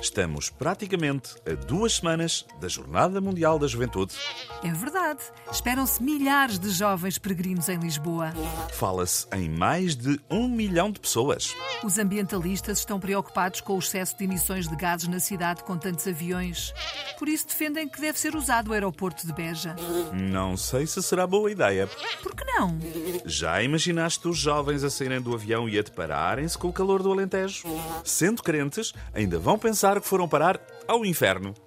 Estamos praticamente a duas semanas da Jornada Mundial da Juventude. É verdade. Esperam-se milhares de jovens peregrinos em Lisboa. Fala-se em mais de um milhão de pessoas. Os ambientalistas estão preocupados com o excesso de emissões de gases na cidade com tantos aviões. Por isso defendem que deve ser usado o aeroporto de Beja. Não sei se será boa ideia. Por que não? Já imaginaste os jovens a saírem do avião e a depararem-se com o calor do Alentejo? Sendo crentes, ainda vão pensar que foram parar ao inferno.